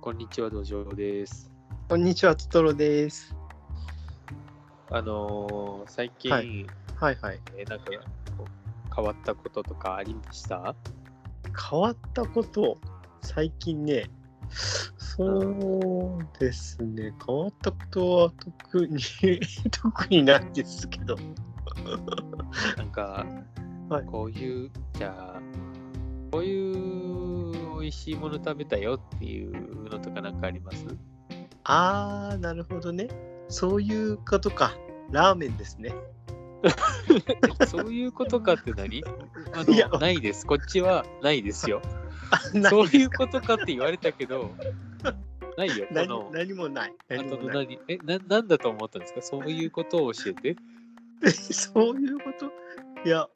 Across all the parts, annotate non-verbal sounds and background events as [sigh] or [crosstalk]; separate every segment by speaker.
Speaker 1: こんにちは、土壌です。
Speaker 2: こんにちは、トトロです。
Speaker 1: あのー最近、
Speaker 2: ははいはい。
Speaker 1: えーなんかこう変わったこととかありました
Speaker 2: 変わったこと、最近ね、そうですね、変わったことは特に、 [laughs] 特にないんですけど、
Speaker 1: なんか、
Speaker 2: はい
Speaker 1: こういう、じゃあ、こういう美味しいもの食べたよっていうのとかなんかあり
Speaker 2: [laughs]
Speaker 1: ます
Speaker 2: あー、なるほどね。そういうことか。ラーメンですね。 [laughs]
Speaker 1: そういうことかって何あの
Speaker 2: [laughs] いや
Speaker 1: ないです。こっちはないですよ。
Speaker 2: [laughs] な
Speaker 1: そういうことかって言われたけど、ないよ。こ
Speaker 2: 何
Speaker 1: の
Speaker 2: 何もない。
Speaker 1: あ
Speaker 2: 何
Speaker 1: と
Speaker 2: も
Speaker 1: の
Speaker 2: ない。
Speaker 1: 何えな、なんだと思ったんですかそういうことを教えて。
Speaker 2: [laughs] そういうこといや、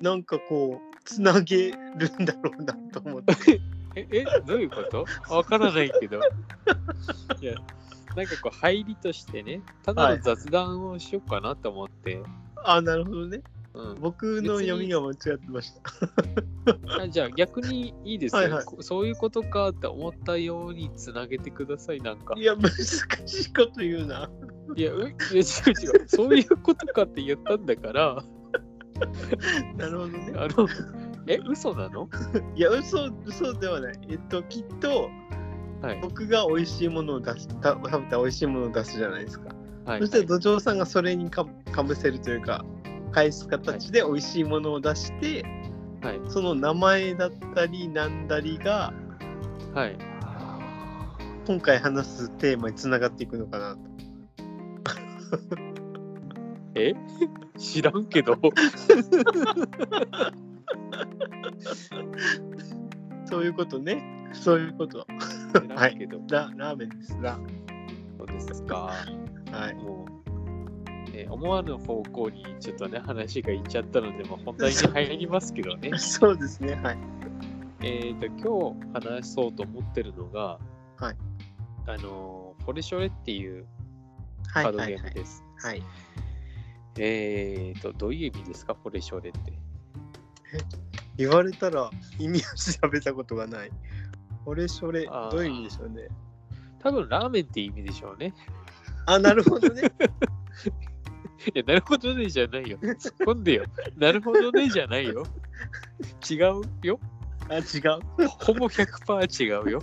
Speaker 2: なんかこう、つなげるんだろうなと思って。
Speaker 1: え、え、どういう
Speaker 2: [laughs]
Speaker 1: ことわからないけど。いや、なんかこう、入りとしてね、ただの雑談をしようかなと思って、
Speaker 2: あー、なるほどね。
Speaker 1: うん
Speaker 2: 僕の読みが間違ってました。
Speaker 1: あ。じゃあ、逆にいいですよ、
Speaker 2: はいはい
Speaker 1: こそういうことかって思ったようにつなげてください、なんか。
Speaker 2: いや、難しいこと言うな。 [laughs]
Speaker 1: い [laughs] や、ういや違う違う、そういうことかって言ったんだから、あ
Speaker 2: なるほどね。 [laughs]
Speaker 1: の、え、嘘なの
Speaker 2: いや、嘘、嘘ではない。えっと、きっと、
Speaker 1: はい。
Speaker 2: 僕が美味しいものを出した、食べた美味しいものを出すじゃないですか。
Speaker 1: はい
Speaker 2: そし、て、土壌さんがそれにかかぶせるというか、返す形で美味しいものを出して、
Speaker 1: はい。
Speaker 2: その名前だったり、なんだりが、
Speaker 1: はい。
Speaker 2: 今回話すテーマにつながっていくのかなと。
Speaker 1: え [laughs] 知らんけど。
Speaker 2: そういうことね。そういうこと。
Speaker 1: 知らんけど。
Speaker 2: ララーメンです。ラ
Speaker 1: そうですか。
Speaker 2: はい。。
Speaker 1: もう、ね、思わぬ方向にちょっとね、話がいっちゃったので、もう本題に入りますけどね
Speaker 2: [laughs] そうですね。はい。
Speaker 1: えっと、今日話そうと思ってるのが、
Speaker 2: はい。
Speaker 1: あのー、ポレショレっていうカ
Speaker 2: はい。
Speaker 1: ード
Speaker 2: は
Speaker 1: ゲ
Speaker 2: い
Speaker 1: ーム。です。
Speaker 2: はい。
Speaker 1: えっと、どういう意味ですか、ポレショレって。
Speaker 2: 言われたら意味を調べたことがない。これそれ
Speaker 1: あー
Speaker 2: どういう意味でしょうね。
Speaker 1: 多分ラーメンって意味でしょうね。 [laughs]
Speaker 2: あ、なるほどね。
Speaker 1: いや、なるほどねじゃないよ。突っ込んで
Speaker 2: [laughs]
Speaker 1: よ。なるほどねじゃないよ。違うよ。
Speaker 2: あ、違う。こ
Speaker 1: ほぼ100%違うよ。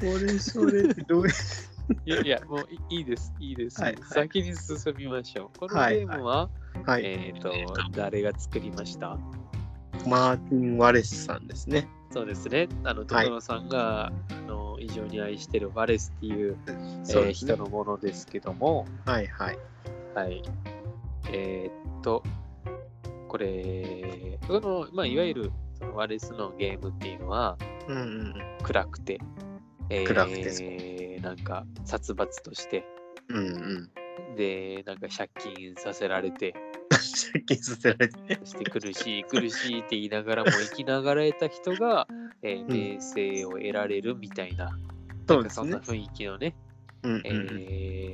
Speaker 2: れそれってどういう。
Speaker 1: [laughs] いやいや、もういいいです、いいです。
Speaker 2: はい
Speaker 1: 先に進みましょう。この
Speaker 2: はい
Speaker 1: ゲームは、
Speaker 2: はい。
Speaker 1: えっ、と、誰が作りました
Speaker 2: マーティン・ワレスさんですね。
Speaker 1: そうですね、あの、ト
Speaker 2: はい
Speaker 1: トロさんが、あの非常に愛してるバレスっていう,、
Speaker 2: そ
Speaker 1: えー
Speaker 2: うですね
Speaker 1: 人。のものですけども、
Speaker 2: はいはい。
Speaker 1: はい。えーっと、これ、この、まあ、いわゆるそのワレスのゲームっていうのは、
Speaker 2: うんうん
Speaker 1: 暗くて、えー
Speaker 2: 暗くてそ
Speaker 1: なんか、殺伐として、
Speaker 2: うん。うんうん。
Speaker 1: で、なんか借金させられて、
Speaker 2: 借金させられてね。
Speaker 1: して苦しい苦しいって言いながらも生きながら得た人が、えー
Speaker 2: ん
Speaker 1: 名声を得られるみたいな、
Speaker 2: そうで
Speaker 1: そん
Speaker 2: すね
Speaker 1: な。雰囲気のね、
Speaker 2: うんうん
Speaker 1: え
Speaker 2: うん。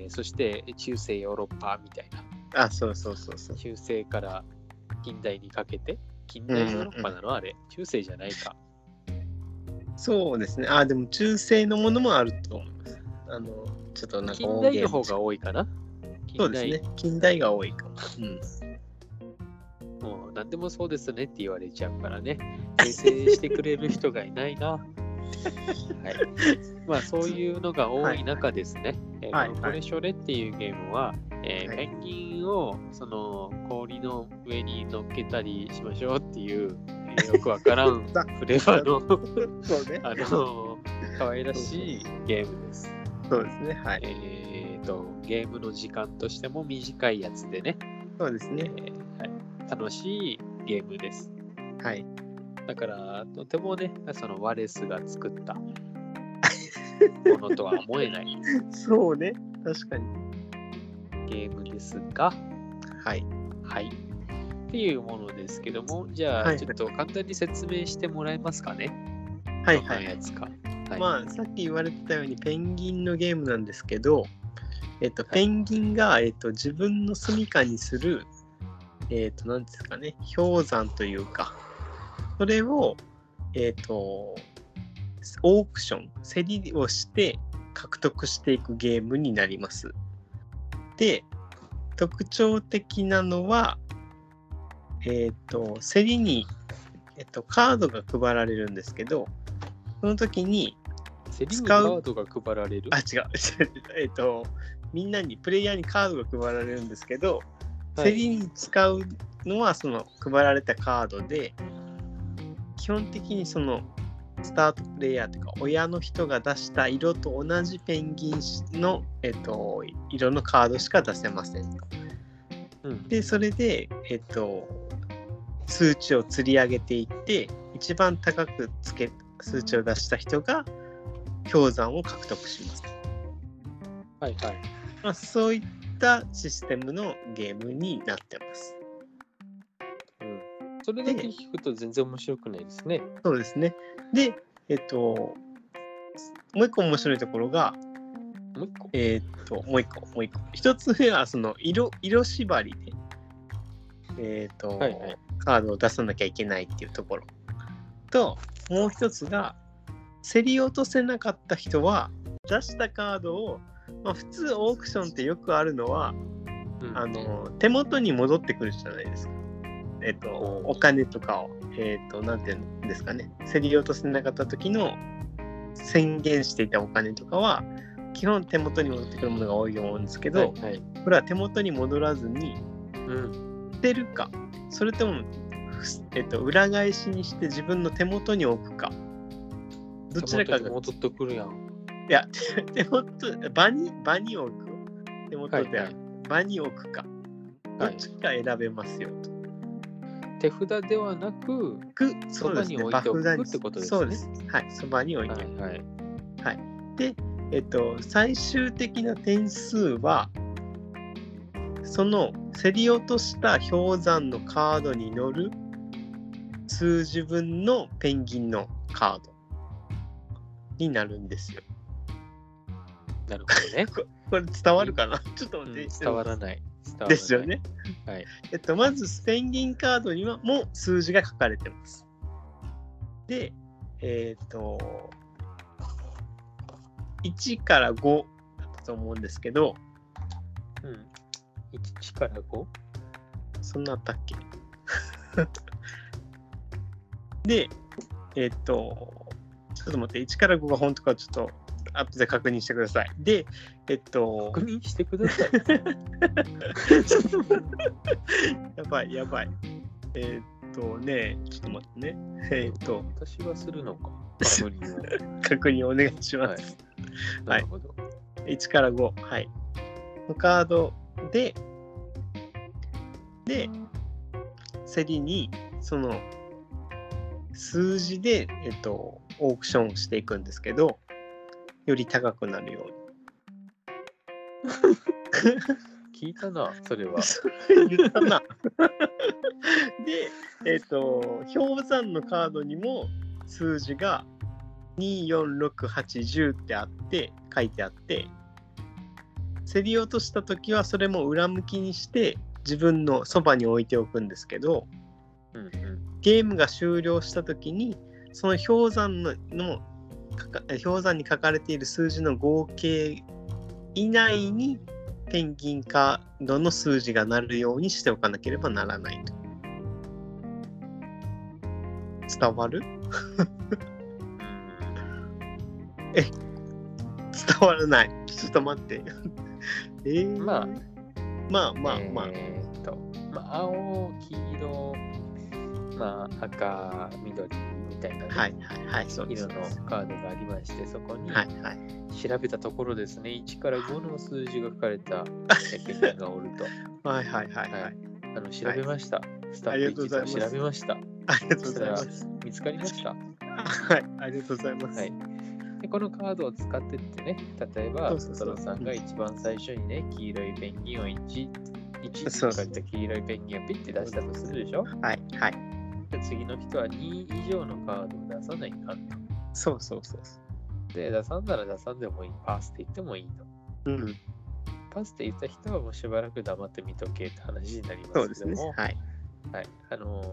Speaker 1: ーそして中世ヨーロッパみたいな、
Speaker 2: あ、そうそうそうそう。
Speaker 1: 中世から近代にかけて、近代ヨーロッパなのあれ、中世じゃないか。
Speaker 2: そうですね。あ、でも中世のものもあると思います。あの、ちょっとなんか
Speaker 1: 近代の
Speaker 2: 方
Speaker 1: 方が多いかな。
Speaker 2: そ
Speaker 1: 近
Speaker 2: うです
Speaker 1: 代、
Speaker 2: ね。近代が多いかも。
Speaker 1: [laughs]
Speaker 2: うん。
Speaker 1: もう何でもそうですねって言われちゃうからね、訂正してくれる人がいない
Speaker 2: [laughs]
Speaker 1: な。はい、まあそういうのが多い中ですね、えー
Speaker 2: はい
Speaker 1: このポレショレっていうゲームは、えー
Speaker 2: はい
Speaker 1: ペンギンをその氷の上に乗っけたりしましょうっていう、え
Speaker 2: [laughs]
Speaker 1: ーよくわからんフレーバーの、
Speaker 2: そうね。
Speaker 1: [laughs] あのー可愛らしいゲームです。
Speaker 2: そうですね。はい。
Speaker 1: えー、とゲームの時間としても短いやつでね、
Speaker 2: そうです
Speaker 1: え
Speaker 2: ね。
Speaker 1: ーはい、楽しいゲームです。
Speaker 2: はい。
Speaker 1: だから、とてもね、そのワレスが作った
Speaker 2: [laughs]
Speaker 1: ものとは思えない
Speaker 2: [laughs] そうね。確かに。
Speaker 1: ゲームですが、
Speaker 2: はい。
Speaker 1: はい。っていうものですけども、じゃ
Speaker 2: は
Speaker 1: あ、
Speaker 2: い
Speaker 1: ちょっと簡単に説明してもらえますかね。
Speaker 2: はいはい
Speaker 1: どんなやつか。はい。
Speaker 2: まあ、さっき言われてたようにペンギンのゲームなんですけど、えっと、
Speaker 1: い
Speaker 2: ペンギンが、えっと、自分の住みかにする、えっと、なんですかね、氷山というか、それを、えっと、オークション競りをして獲得していくゲームになります。で特徴的なのはえっ、と競りに、えっとカードが配られるんですけどその時に
Speaker 1: セリングカ
Speaker 2: 使う
Speaker 1: ードが配られる
Speaker 2: あ違う [laughs] えっとみんなにプレイヤーにカードが配られるんですけど
Speaker 1: はい
Speaker 2: 競りに使うのはその配られたカードで基本的にそのスタートプレイヤーというか親の人が出した色と同じペンギンの、えっと色のカードしか出せませんと。
Speaker 1: うん
Speaker 2: でそれで、えっと数値を釣り上げていって一番高くつけ数値を出した人が氷山を獲得します。
Speaker 1: はいはい。
Speaker 2: まあ、そういったシステムのゲームになってます。
Speaker 1: うん、それだけ聞くと全然面白くないですね。
Speaker 2: そうですね。で、えっと、もう一個面白いところが、
Speaker 1: もう一個。
Speaker 2: えっと、もう一個、もう一個。一つ目は、その色、色縛りで、えっと、
Speaker 1: はいはい
Speaker 2: カードを出さなきゃいけないっていうところ。と、もう一つが、競り落とせなかった人は、出したカードを、まあ、普通オークションってよくあるのは、
Speaker 1: うん
Speaker 2: あの手元に戻ってくるじゃないですか。えっと、
Speaker 1: お
Speaker 2: お金とかを、えっと、なんていうんですかね、競り落とせなかった時の宣言していたお金とかは、基本手元に戻ってくるものが多いと思うんですけど、
Speaker 1: はいはい
Speaker 2: これは手元に戻らずに、
Speaker 1: うん、
Speaker 2: 捨てるか、それとも、ふすえっと、裏返しにして自分の手元に置くか、どちらか
Speaker 1: 手
Speaker 2: が、い
Speaker 1: 元に戻ってくるやん。
Speaker 2: や、手元、場に、場に置く。手元で、
Speaker 1: はいはい
Speaker 2: 場に置くか、ど
Speaker 1: は
Speaker 2: っ
Speaker 1: い、
Speaker 2: ちか選べますよと。
Speaker 1: 手札ではなく、
Speaker 2: くそうですね
Speaker 1: そばに置いておく
Speaker 2: バフが
Speaker 1: ってことですね
Speaker 2: そうですはいそばに置いて
Speaker 1: は
Speaker 2: おく、
Speaker 1: いはい、
Speaker 2: えっと最終的な点数はその競り落とした氷山のカードに乗る数字分のペンギンのカードになるんですよ
Speaker 1: なるほどね。
Speaker 2: これ伝わるかなちょっと
Speaker 1: う
Speaker 2: 待
Speaker 1: ん
Speaker 2: って、
Speaker 1: 伝わらない。伝わらない
Speaker 2: ですよ。ね
Speaker 1: はい、
Speaker 2: えっと、まずペンギンカードにはもう数字が書かれてます。で、えっ、と、1から5だったと思うんですけど、
Speaker 1: うん、1から5。
Speaker 2: そんなあったっけ [laughs] で、えっ、と、ちょっと待って、1から5が本当かちょっと後で確認してください。で、えっ、と
Speaker 1: 確、認してくだ
Speaker 2: [laughs]
Speaker 1: さい。
Speaker 2: ちょっと待ってやばい、やばい。えっ、とね、ちょっと待ってね。えっ、と、
Speaker 1: 私はするの
Speaker 2: [laughs]
Speaker 1: か。確認を。
Speaker 2: 確認お願いします。
Speaker 1: なるほど。
Speaker 2: 1から5。はい。のカードで、で、競りに、その、数字で、えっと、オークションをしていくんですけど、より高くなるよ
Speaker 1: 聞いたな、それは。
Speaker 2: うに。 [laughs] 言ったな。で、えっと、氷山のカードにも数字が246810ってあって、書いてあって、競り落とした時はそれも裏向きにして自分のそばに置いておくんですけど
Speaker 1: うんうん。
Speaker 2: ゲームが終了した時にその氷山ののかか氷山に書かれている数字の合計以内にペンギンカードの数字がなるようにしておかなければならないと。伝わる [laughs] 伝わらない。ちょっと待って。 [laughs] えー、
Speaker 1: まあ
Speaker 2: まあまあまあ、
Speaker 1: えーっと、まあ、青、黄色、まあ、赤、緑みたいなね、
Speaker 2: はいはいはいそうです
Speaker 1: 色
Speaker 2: そう
Speaker 1: の
Speaker 2: です
Speaker 1: カードがありまして、そこに
Speaker 2: はいはい。
Speaker 1: 調べたところですね、1から5の数字が書かれ
Speaker 2: [laughs]
Speaker 1: たペンギンがおると。
Speaker 2: はいはいはいは
Speaker 1: はい
Speaker 2: い。
Speaker 1: あの調べました。スタ
Speaker 2: あり
Speaker 1: ッフ
Speaker 2: がとう
Speaker 1: 一
Speaker 2: ございます
Speaker 1: 同調べました。
Speaker 2: ありがとうございます。
Speaker 1: 見つかりました。は
Speaker 2: はい、ありがとうございます。
Speaker 1: い。で、このカードを使ってってね、例えば、
Speaker 2: そうそう
Speaker 1: ト
Speaker 2: そう
Speaker 1: ロさんが一番最初にね、黄色いペンギンを1、1って書
Speaker 2: そう
Speaker 1: い
Speaker 2: そう
Speaker 1: た黄色いペンギンをピッて出したとするでしょ
Speaker 2: はい、はい。
Speaker 1: で次の人は2以上のカードを出さないかんと。
Speaker 2: そうそうそうそ
Speaker 1: で、出さんなら出さんでもいい。パスって言ってもいいと。
Speaker 2: う。うん、
Speaker 1: パスって言った人はもうしばらく黙って見とけって話になりま
Speaker 2: そうですす
Speaker 1: けど
Speaker 2: ね。
Speaker 1: も、
Speaker 2: はい。
Speaker 1: はい。あのー、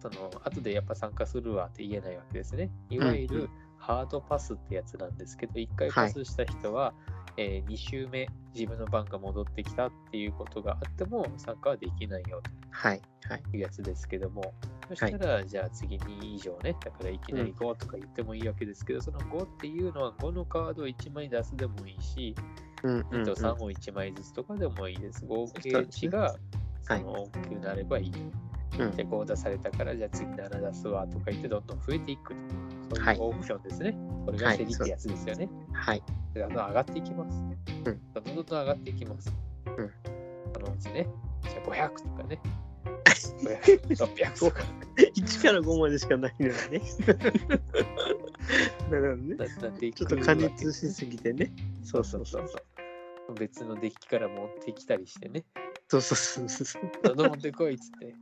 Speaker 1: その、後でやっぱ参加するわって言えないわけですね。いわゆ
Speaker 2: うんう
Speaker 1: る、ハードパスってやつなんですけど、1回
Speaker 2: は
Speaker 1: パ
Speaker 2: い
Speaker 1: スした人は、え2周目、自分の番が戻ってきたっていうことがあっても、参加はできないよ
Speaker 2: はいはい
Speaker 1: というやつですけども、そしたら、じゃあ次2以上ね、だからいきなり5とか言ってもいいわけですけど、その5っていうのは5のカードを1枚出すでもいいし、
Speaker 2: うんうん
Speaker 1: 2
Speaker 2: う
Speaker 1: と
Speaker 2: ん
Speaker 1: 3を1枚ずつとかでもいいです。合
Speaker 2: そう
Speaker 1: 計
Speaker 2: です
Speaker 1: 値
Speaker 2: ね
Speaker 1: がそ
Speaker 2: はい
Speaker 1: の大きくなればいい。
Speaker 2: うん
Speaker 1: じゃあ5出されたから、じゃあ次7出すわとか言ってどんどん増えていくと。そう
Speaker 2: はいいう
Speaker 1: オプションですね。これ
Speaker 2: は
Speaker 1: が
Speaker 2: い
Speaker 1: セリってやつですよね。
Speaker 2: [laughs] はい
Speaker 1: でどんどん上がっていきます。
Speaker 2: うん
Speaker 1: どんどんどんどん上がっていきます。
Speaker 2: うん
Speaker 1: そのうちね、じゃあ500とか
Speaker 2: [laughs]
Speaker 1: ね。500 600とか
Speaker 2: 1から5までしかない [laughs] のにねなるほどね
Speaker 1: ななってい
Speaker 2: ち
Speaker 1: く
Speaker 2: ょ
Speaker 1: わけで
Speaker 2: っと
Speaker 1: す。
Speaker 2: 加熱しすぎてねそ
Speaker 1: そうう
Speaker 2: そ
Speaker 1: そううそ
Speaker 2: そ
Speaker 1: ううそう。別のデッキから持ってきたりしてね。
Speaker 2: そうそうそうそう
Speaker 1: どんどん持ってこいっつって。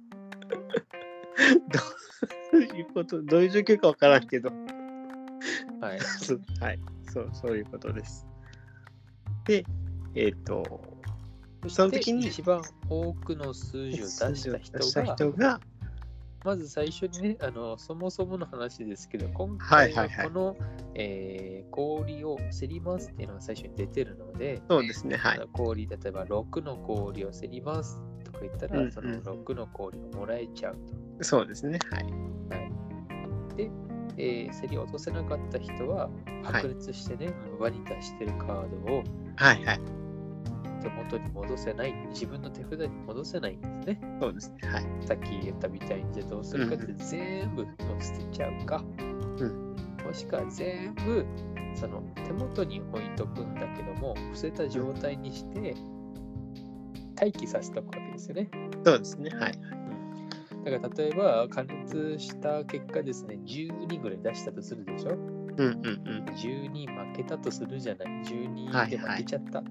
Speaker 2: どういうことどういう状況かわからんけど
Speaker 1: はい。
Speaker 2: そうはいそうそういうことですでえっ、とその時に
Speaker 1: 一番多くの数字を出した人
Speaker 2: 出し
Speaker 1: が
Speaker 2: た人が
Speaker 1: まず最初にねあのそもそもの話ですけど今回
Speaker 2: は
Speaker 1: はい
Speaker 2: はいはい
Speaker 1: この、えー氷を競りますっていうのが最初に出てるので、
Speaker 2: そうですねは
Speaker 1: あ
Speaker 2: い
Speaker 1: の氷例えば6の氷を競りますとか言ったら、
Speaker 2: うんうん
Speaker 1: その6の氷がもらえちゃう
Speaker 2: そうですねはい
Speaker 1: とで、えー競り落とせなかった人は
Speaker 2: はい
Speaker 1: 白熱してね、場に出してるカードを
Speaker 2: はいはい
Speaker 1: 手元に戻せない自分の手札に戻せないんですね
Speaker 2: そうですねはい
Speaker 1: さっき言ったみたいにじゃあどうするかって
Speaker 2: う
Speaker 1: 全部もう捨てちゃうか、
Speaker 2: う
Speaker 1: もしくは全部その手元に置いとくんだけども伏せた状態にして待機させとくわけですよね
Speaker 2: そうですねはい
Speaker 1: だから例えば加熱した結果ですね12ぐらい出したとするでしょ
Speaker 2: うんうんうん
Speaker 1: 12負けたとするじゃない
Speaker 2: は
Speaker 1: 12
Speaker 2: い
Speaker 1: で負けちゃった、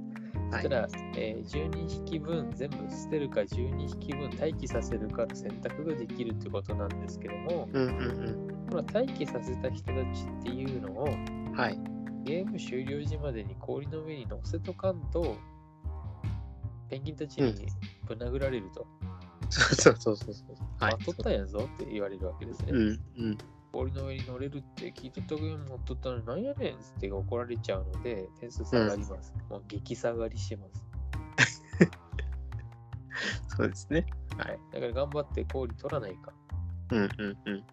Speaker 1: そしたら、えー12匹分全部捨てるか12匹分待機させるかの選択ができるってことなんですけども
Speaker 2: うんうん
Speaker 1: この待機させた人たちっていうのを
Speaker 2: うんはい
Speaker 1: ゲーム終了時までに氷の上に乗せとかんとペンギンたち
Speaker 2: う
Speaker 1: にぶん殴られると、
Speaker 2: そうそうそうそう
Speaker 1: ま
Speaker 2: は
Speaker 1: とったんやぞって言われるわけですね、
Speaker 2: うんうん
Speaker 1: 氷の上に乗れるって聞いてたゲーム持っとったのになんやねんっつって怒られちゃうので点数下がります、もう激下がりします
Speaker 2: そうですね
Speaker 1: はい、だから頑張って氷取らないか。
Speaker 2: うんうんうん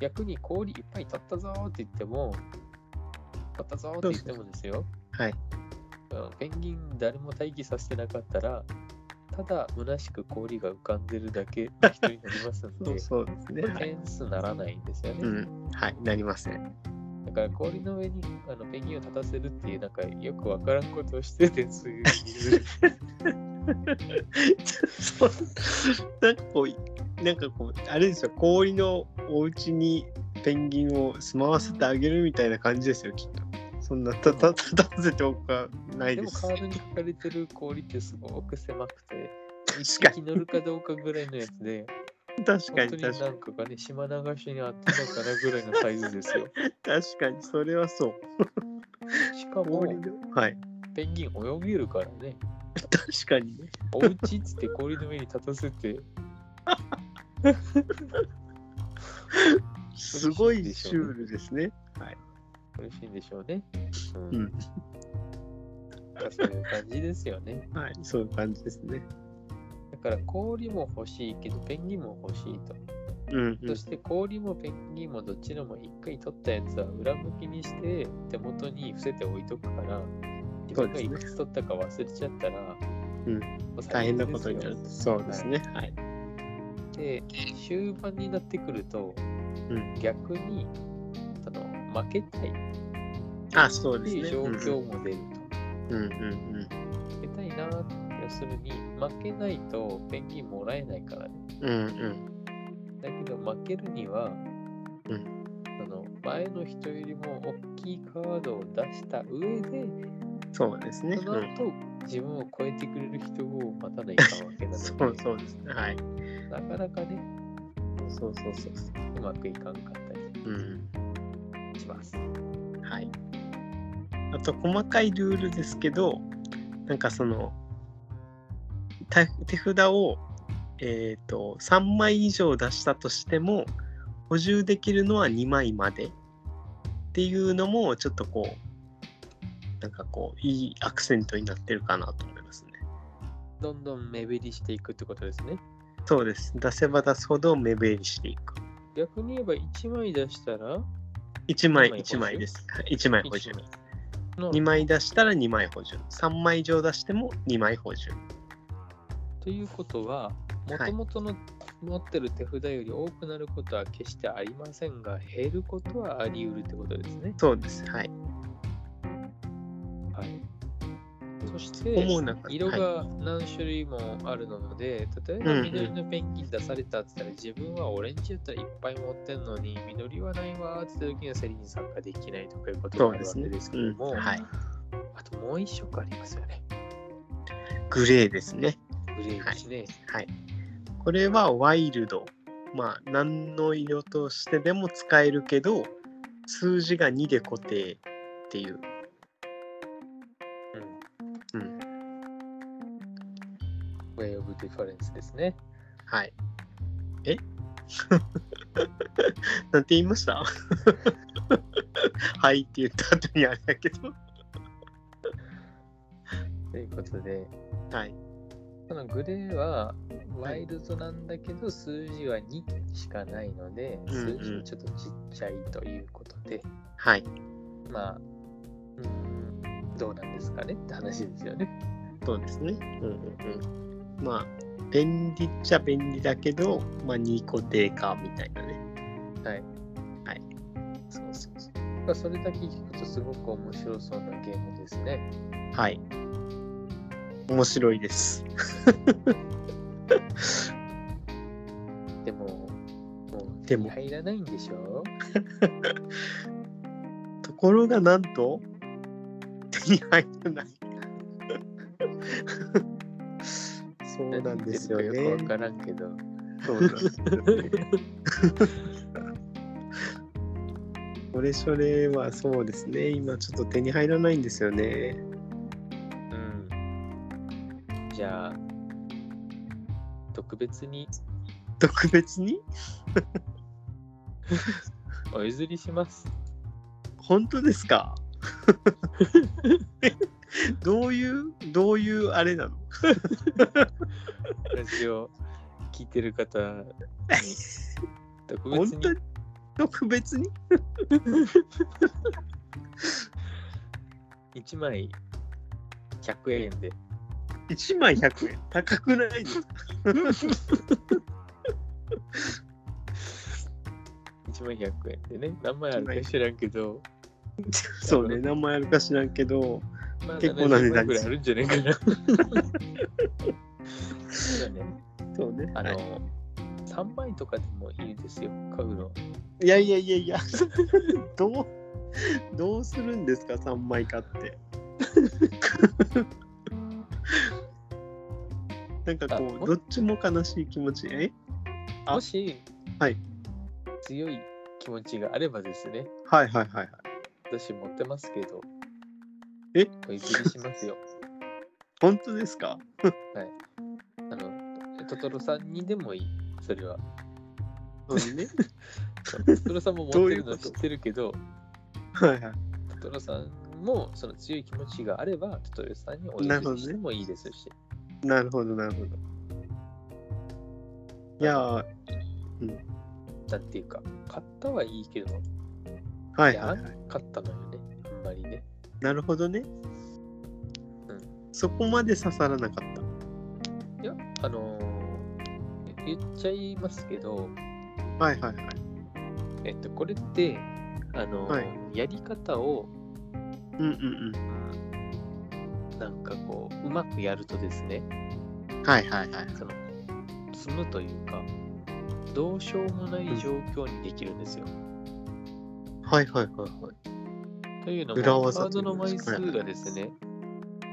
Speaker 1: 逆に氷いっぱい取ったぞーって言っても、取ったぞーって言ってもですよ、
Speaker 2: はい
Speaker 1: うんペンギン誰も待機させてなかったら、ただ虚しく氷が浮かんでるだけの人になりますん
Speaker 2: [laughs] そ
Speaker 1: で
Speaker 2: う、そうですね
Speaker 1: これ
Speaker 2: はい
Speaker 1: 点数ならないんですよね。
Speaker 2: うんはいなりません
Speaker 1: だから氷の上にあのペンギンを立たせるっていう、なんかよくわからんことをして点数にする
Speaker 2: そうなんかこうなんかこうあれですよ氷のお家にペンギンを住まわせてあげるみたいな感じですよきっとそんなたたた立たせておくかな
Speaker 1: で
Speaker 2: いで
Speaker 1: も
Speaker 2: す
Speaker 1: カードに書かれてる氷ってすごく狭くて、
Speaker 2: 確か
Speaker 1: 生き乗るかどうかぐらいのやつで、
Speaker 2: に確か
Speaker 1: 本
Speaker 2: に
Speaker 1: 当に
Speaker 2: 確か
Speaker 1: な
Speaker 2: に
Speaker 1: んかがね、島流しにあったのかなぐらいのサイズです
Speaker 2: [laughs]
Speaker 1: よ。
Speaker 2: 確かにそれはそう
Speaker 1: しかも、
Speaker 2: 氷のはい
Speaker 1: ペンギン泳げるからね、
Speaker 2: 確かにね
Speaker 1: おうちっつって氷の上に立たせて、
Speaker 2: すごいシュールですね
Speaker 1: 嬉しいんでしょうね。う
Speaker 2: うん
Speaker 1: まあそういう感じですよね。
Speaker 2: はいそういう感じですね
Speaker 1: だから氷も欲しいけど、ペンギンも欲しいと。
Speaker 2: うんう
Speaker 1: そ
Speaker 2: ん
Speaker 1: して氷もペンギンもどっちのも一回取ったやつは裏向きにして手元に伏せて置いとくから、自分がいくつ取ったか忘れちゃったら、
Speaker 2: うん
Speaker 1: もう
Speaker 2: 大
Speaker 1: 最悪です
Speaker 2: 変
Speaker 1: よ
Speaker 2: なことになるそうですねはい
Speaker 1: で終盤になってくると、
Speaker 2: うん
Speaker 1: 逆にその負けたいっ
Speaker 2: あそう
Speaker 1: て
Speaker 2: です
Speaker 1: い
Speaker 2: ね
Speaker 1: う状
Speaker 2: うん
Speaker 1: 況も出る
Speaker 2: うんうんうん
Speaker 1: と、負けたいなーって要するに負けないとペンギンもらえないからね
Speaker 2: うんうん
Speaker 1: だけど負けるには、
Speaker 2: うん
Speaker 1: その前の人よりも大きいカードを出した上で
Speaker 2: そうですね
Speaker 1: そうの
Speaker 2: ん
Speaker 1: 後自分を超えてくれる人を待たないかんわけな
Speaker 2: [laughs] そ
Speaker 1: の
Speaker 2: う
Speaker 1: で
Speaker 2: そうですねはい
Speaker 1: なかなかね
Speaker 2: そうそうそうそう
Speaker 1: うまくいかんかったり
Speaker 2: うん
Speaker 1: します。
Speaker 2: はいあと細かいルールですけどなんかそのた手札をえっ、と3枚以上出したとしても補充できるのは2枚までっていうのもちょっとこうなんかこういいアクセントになってるかなと思いますね。
Speaker 1: どんどん目減りしていくってことですね。
Speaker 2: そうです出せば出すほど目減りしていく。
Speaker 1: 逆に言えば1枚出したら
Speaker 2: 1枚
Speaker 1: 一
Speaker 2: 1
Speaker 1: 枚補充
Speaker 2: 枚です。はい1枚補充
Speaker 1: 一。の
Speaker 2: 2枚出したら2枚補充。3枚以上出しても2枚補充。
Speaker 1: ということは、も
Speaker 2: はい
Speaker 1: ともとの持ってる手札より多くなることは決してありませんが、減ることはあり得るってことですね。
Speaker 2: そうです。はい。
Speaker 1: はい、そして、
Speaker 2: 思う中で
Speaker 1: 色
Speaker 2: はい
Speaker 1: が何種類もあるので、例え
Speaker 2: うんう
Speaker 1: ば
Speaker 2: ん
Speaker 1: 緑のペンギン出されたって言ったら、自分はオレンジやったらいっぱい持ってんのに、緑はないわーって言った時には競りに参加できないとかいうこと
Speaker 2: そう
Speaker 1: があ
Speaker 2: で
Speaker 1: るわ
Speaker 2: す
Speaker 1: け
Speaker 2: ね。
Speaker 1: ですけ
Speaker 2: う
Speaker 1: ど
Speaker 2: ん
Speaker 1: も、
Speaker 2: はい、
Speaker 1: あともう一色ありますよね。
Speaker 2: グレーですね。
Speaker 1: グレーですね。
Speaker 2: はい。これはワイルド。まあ、何の色としてでも使えるけど、数字が2で固定っていう。
Speaker 1: うん。
Speaker 2: うん
Speaker 1: ウェイオブディファレンスですね。
Speaker 2: はい。え [laughs] なんて言いました [laughs] はいって言った後にあれだけど。
Speaker 1: ということで、
Speaker 2: はい。
Speaker 1: このグレーはワイルドなんだけど、数字は2しかないので、
Speaker 2: うんう
Speaker 1: 数
Speaker 2: ん
Speaker 1: 字もちょっとちっちゃいということで、
Speaker 2: はい。
Speaker 1: まあ、うん、どうなんですかねって話ですよね。
Speaker 2: そうですね。うんうんうん。まあ、便利っちゃ便利だけど、まあ、2個定かみたいなね。
Speaker 1: はい。
Speaker 2: はい。
Speaker 1: そうそうそう。まあ、それだけ聞くとすごく面白そうなゲームですね。
Speaker 2: はい。面白いです。
Speaker 1: でも、もう
Speaker 2: で
Speaker 1: 手
Speaker 2: も
Speaker 1: に入らないんでしょ
Speaker 2: ところが、なんと、手に入らない。 [laughs] そうなんですよ
Speaker 1: 何言ってるかよくわか
Speaker 2: ね。
Speaker 1: らんけど。
Speaker 2: そうなんですよねそれそれはそうですね。今ちょっと手に入らないんですよね。
Speaker 1: うん。じゃあ、特別に
Speaker 2: 特別に
Speaker 1: お譲りします。
Speaker 2: 本当ですか [laughs] どういうどういうあれなの
Speaker 1: ラジオ聞いてる方に特
Speaker 2: 本
Speaker 1: 別に
Speaker 2: 当に特別に
Speaker 1: 1枚100円で。
Speaker 2: 1枚100円高くない
Speaker 1: [laughs]
Speaker 2: ですか
Speaker 1: 1枚100円でね。何枚あるか知らんけど、
Speaker 2: そうね名前あるか知らんけど
Speaker 1: まあ、
Speaker 2: 結構な値
Speaker 1: 70枚
Speaker 2: 段
Speaker 1: ぐら
Speaker 2: で
Speaker 1: い
Speaker 2: す
Speaker 1: あるんじゃないかな。
Speaker 2: [laughs]
Speaker 1: そうだね
Speaker 2: そうね
Speaker 1: あ
Speaker 2: は
Speaker 1: の、
Speaker 2: い
Speaker 1: 3枚とかでもいいですよ、買うの。
Speaker 2: いやいやいやい [laughs] やどうどうするんですか3枚買って [laughs] なんかこ
Speaker 1: あ
Speaker 2: うどっちも悲しい気持ちえあ
Speaker 1: もし、
Speaker 2: はい
Speaker 1: 強い気持ちがあればですね、
Speaker 2: はいはいはいはい
Speaker 1: 私持ってますけど、
Speaker 2: え
Speaker 1: お譲りしますよ。
Speaker 2: 本当です
Speaker 1: あ
Speaker 2: か
Speaker 1: の、トトロさんにでもいい、そ
Speaker 2: [laughs]
Speaker 1: れは。
Speaker 2: そう
Speaker 1: [laughs]
Speaker 2: ね
Speaker 1: トトロさんも持ってる
Speaker 2: どうい
Speaker 1: の
Speaker 2: うこ
Speaker 1: 知
Speaker 2: と
Speaker 1: ってるけど、
Speaker 2: はいはい
Speaker 1: トトロさんもその強い気持ちがあれば、トトロさんにお
Speaker 2: なるほ
Speaker 1: 譲り
Speaker 2: どね
Speaker 1: してもいいですし、
Speaker 2: なるほど、なるほど。いやー、
Speaker 1: なんていうか、買ったはいいけど、
Speaker 2: はい
Speaker 1: いや
Speaker 2: はいはい。
Speaker 1: 買ったのよね、あんまりね。
Speaker 2: なるほどね。
Speaker 1: ん
Speaker 2: そこまで刺さらなかった。
Speaker 1: いや、あのー言っちゃいますけど、
Speaker 2: はいはいはい。
Speaker 1: えっと、これって、あのー
Speaker 2: はい
Speaker 1: やり方を
Speaker 2: うんうん
Speaker 1: なんかこう、うまくやるとですね、
Speaker 2: うん。はいはいはい。
Speaker 1: その、積むというか、どうしようもない状況にできるんですよ。
Speaker 2: はいはいはいはい。
Speaker 1: というの
Speaker 2: 裏
Speaker 1: も、カ
Speaker 2: 技
Speaker 1: ー
Speaker 2: とい
Speaker 1: ド
Speaker 2: う
Speaker 1: の
Speaker 2: んで
Speaker 1: 枚
Speaker 2: すか
Speaker 1: 数がですね、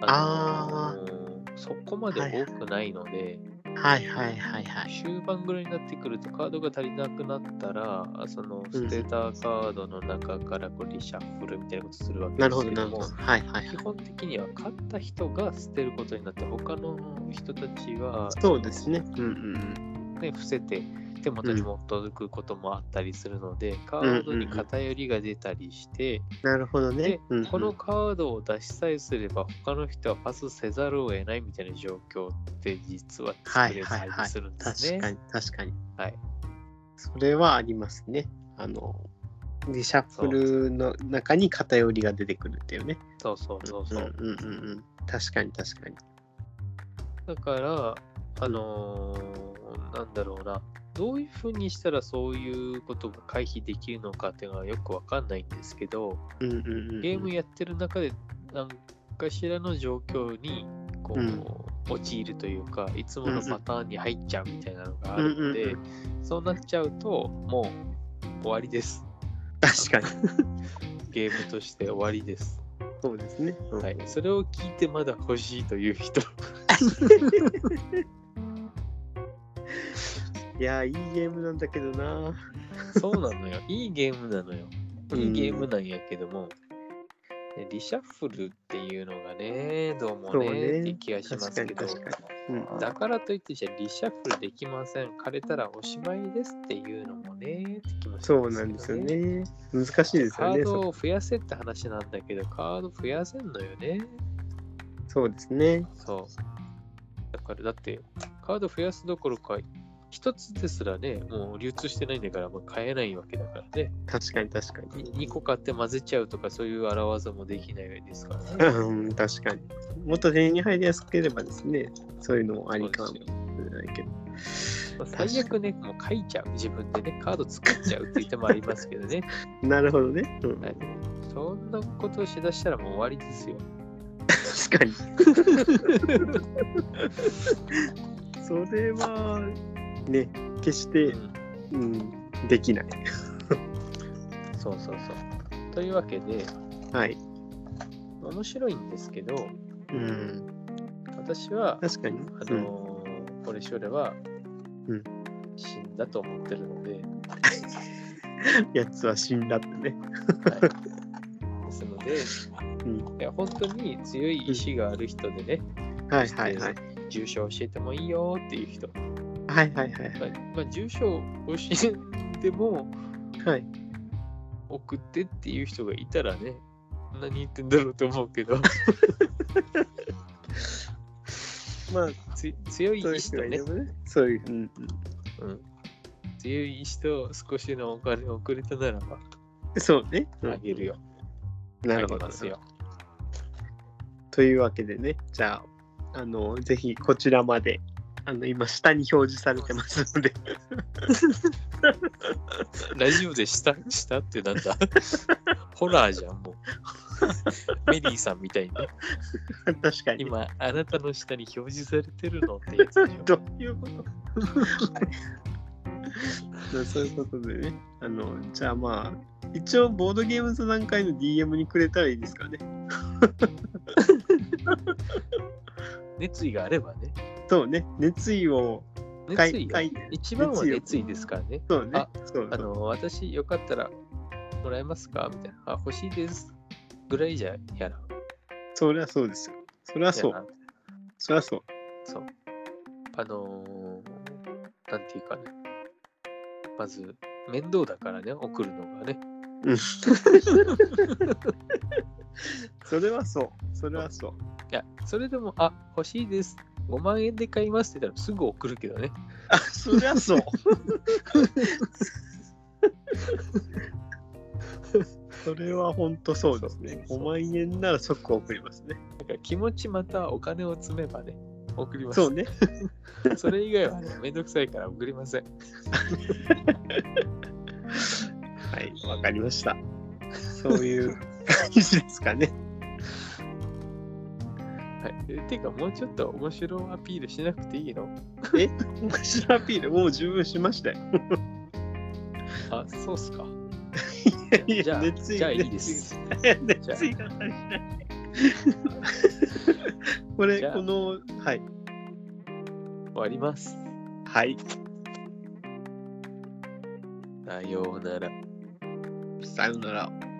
Speaker 2: あ
Speaker 1: のーそこまで多くないので、
Speaker 2: はいはいはいはい。
Speaker 1: 終盤ぐらいになってくるとカードが足りなくなったら、そのステーターカードの中からこうリシャッフルみたいなことするわけ
Speaker 2: な
Speaker 1: で
Speaker 2: るほ
Speaker 1: す
Speaker 2: ど
Speaker 1: け
Speaker 2: なる
Speaker 1: ど
Speaker 2: ほ
Speaker 1: も
Speaker 2: ど。、はいはいはい
Speaker 1: 基。本的には勝った人が捨てることになって、他の人たちは
Speaker 2: そうですね。うんうんうん。
Speaker 1: ね、伏せて手元に持っとくこともあったりするので、カードに偏りが出たりして、
Speaker 2: なるほどね
Speaker 1: で。、
Speaker 2: うんうん
Speaker 1: このカードを出しさえすれば他の人はパスせざるを得ないみたいな状況って実は作れたりするんです
Speaker 2: 確
Speaker 1: ね。
Speaker 2: かに確かに。
Speaker 1: はい
Speaker 2: それはありますね。あのリシャッフルの中に偏りが出てくるっていうね。
Speaker 1: そうそうそうそう。
Speaker 2: うんうんうんうん。確かに確かに。
Speaker 1: だから、あのーなんだろうな、どういうふうにしたらそういうことが回避できるのかっていうのはよくわかんないんですけど、
Speaker 2: うんうんうんうん。
Speaker 1: ゲームやってる中で何かしらの状況にこう、
Speaker 2: うん
Speaker 1: 陥るというか、いつものパターンに入っちゃうみたいなのがあ
Speaker 2: う
Speaker 1: る
Speaker 2: んう
Speaker 1: の
Speaker 2: ん
Speaker 1: で、
Speaker 2: うん
Speaker 1: そうなっちゃうと、もう終わりです。
Speaker 2: 確かに。
Speaker 1: ゲームとして終わりです。
Speaker 2: そうですね。うん
Speaker 1: はい、それを聞いてまだ欲しいという人。
Speaker 2: いやーいいゲームなんだけどな。
Speaker 1: そうなのよ。 [laughs] いいゲームなのよ。いいゲームなんやけども、ねリシャッフルっていうのがね、どうも
Speaker 2: そう
Speaker 1: ね、
Speaker 2: ね
Speaker 1: って気がしますけど、
Speaker 2: 確かに確うん
Speaker 1: だからといってじゃあリシャッフルできません、枯れたらおしまいですっていうのもね、って気もし
Speaker 2: そう
Speaker 1: ま
Speaker 2: な
Speaker 1: すけど
Speaker 2: んですよ。ね。難しいです
Speaker 1: カ
Speaker 2: よね。
Speaker 1: ー
Speaker 2: そ
Speaker 1: ド
Speaker 2: こ
Speaker 1: を増やせって話なんだけど、カード増やせんのよね。
Speaker 2: そうですね。
Speaker 1: そう。だからだって、カード増やすどころか、一つですらね、もう流通してないんだから、もう買えないわけだからね。
Speaker 2: 確かに確かに。
Speaker 1: 2個買って混ぜちゃうとかそういう荒技もできないですからね。
Speaker 2: うん、確かに。もっと手に入りやすければですね、そういうの [laughs] もありかもし
Speaker 1: そうですよ
Speaker 2: れないけど。
Speaker 1: まあ最悪ね、もう書いちゃう。自分でね、カード作っちゃうって言ってもありますけどね。
Speaker 2: なるほどね。うん、
Speaker 1: はいそんなことをしだしたらもう終わりですよ。
Speaker 2: 確
Speaker 1: [laughs]
Speaker 2: かに。それは、ね、決して、うん、できない。
Speaker 1: そうそうそう。というわけで、
Speaker 2: はい。
Speaker 1: 面白いんですけど、
Speaker 2: うん、
Speaker 1: 私は、
Speaker 2: 確かに。
Speaker 1: あのーこれしょれは、
Speaker 2: うん
Speaker 1: 死んだと思ってるので、
Speaker 2: うんやつは死んだってね。 [laughs]
Speaker 1: はい、ですので、
Speaker 2: ん
Speaker 1: いや本当に強い意志がある人でね、
Speaker 2: はいはいはい。
Speaker 1: 住所教えてもいいよっていう人、
Speaker 2: はいはいはい。
Speaker 1: まあまあ、住所を教えても
Speaker 2: はい、
Speaker 1: 送ってっていう人がいたらね何言ってんだろうと思うけど
Speaker 2: まあ、 [laughs]
Speaker 1: つ強い
Speaker 2: そう
Speaker 1: 意
Speaker 2: いう
Speaker 1: 志
Speaker 2: 人
Speaker 1: と
Speaker 2: がい
Speaker 1: ね
Speaker 2: ればね。そういう、うん、うん
Speaker 1: うん、強い意志と少しのお金をくれたならば
Speaker 2: そうね。うん
Speaker 1: あげるよ、
Speaker 2: な
Speaker 1: あ
Speaker 2: る
Speaker 1: げ
Speaker 2: ほど
Speaker 1: ま。すよ
Speaker 2: というわけでね、じゃあ、あの、ぜひこちらまで、あの、今下に表示されてますので、
Speaker 1: ラジオでした [laughs] したってなんだ [laughs] ホラーじゃんもう [laughs] メリーさんみたいにね
Speaker 2: [laughs] 確かに。
Speaker 1: 今あなたの下に表示されてるのってやつでし
Speaker 2: [laughs]
Speaker 1: ょ
Speaker 2: どういうことそういうことでね、あの、じゃあまあ、一応ボードゲーム座談会の DM にくれたらいいですかね。
Speaker 1: 熱意があればね
Speaker 2: そうね、熱意を
Speaker 1: 熱意よ
Speaker 2: かいかい
Speaker 1: 一番は
Speaker 2: 熱意を
Speaker 1: 熱意ですからね
Speaker 2: そうね
Speaker 1: あ、
Speaker 2: そう
Speaker 1: あの私よかったらもらえますかみたいなあ欲しいですぐらいじゃやら
Speaker 2: そりゃそうですよ。そりゃそ
Speaker 1: やら
Speaker 2: う、そりゃそう。
Speaker 1: そうあのーなんていうかねまず面倒だからね送るのがね
Speaker 2: それはそう、それはそう。
Speaker 1: いやそれでもあ欲しいです5万円で買いますって言ったらすぐ送るけどね
Speaker 2: あ、そりゃそう。 [laughs] それは本当そうですね。
Speaker 1: そう
Speaker 2: 5万円なら即送りますね。
Speaker 1: だから気持ちまたお金を積めばね送ります
Speaker 2: そうね。
Speaker 1: [laughs] それ以外はねめんどくさいから送りません
Speaker 2: はい、わかりました。そういう感じですかね。
Speaker 1: はい、えてか、もうちょっと面白アピールしなくていいの
Speaker 2: 面白アピール、もう十分しましたよ。
Speaker 1: あ、そうっすか。
Speaker 2: いや
Speaker 1: じゃあ、
Speaker 2: 熱意
Speaker 1: じゃあいい
Speaker 2: [laughs]
Speaker 1: です。
Speaker 2: 熱意が足りない。これ、
Speaker 1: じゃあ
Speaker 2: この、はい。
Speaker 1: 終わります。
Speaker 2: はい。
Speaker 1: さようなら。
Speaker 2: さようなら。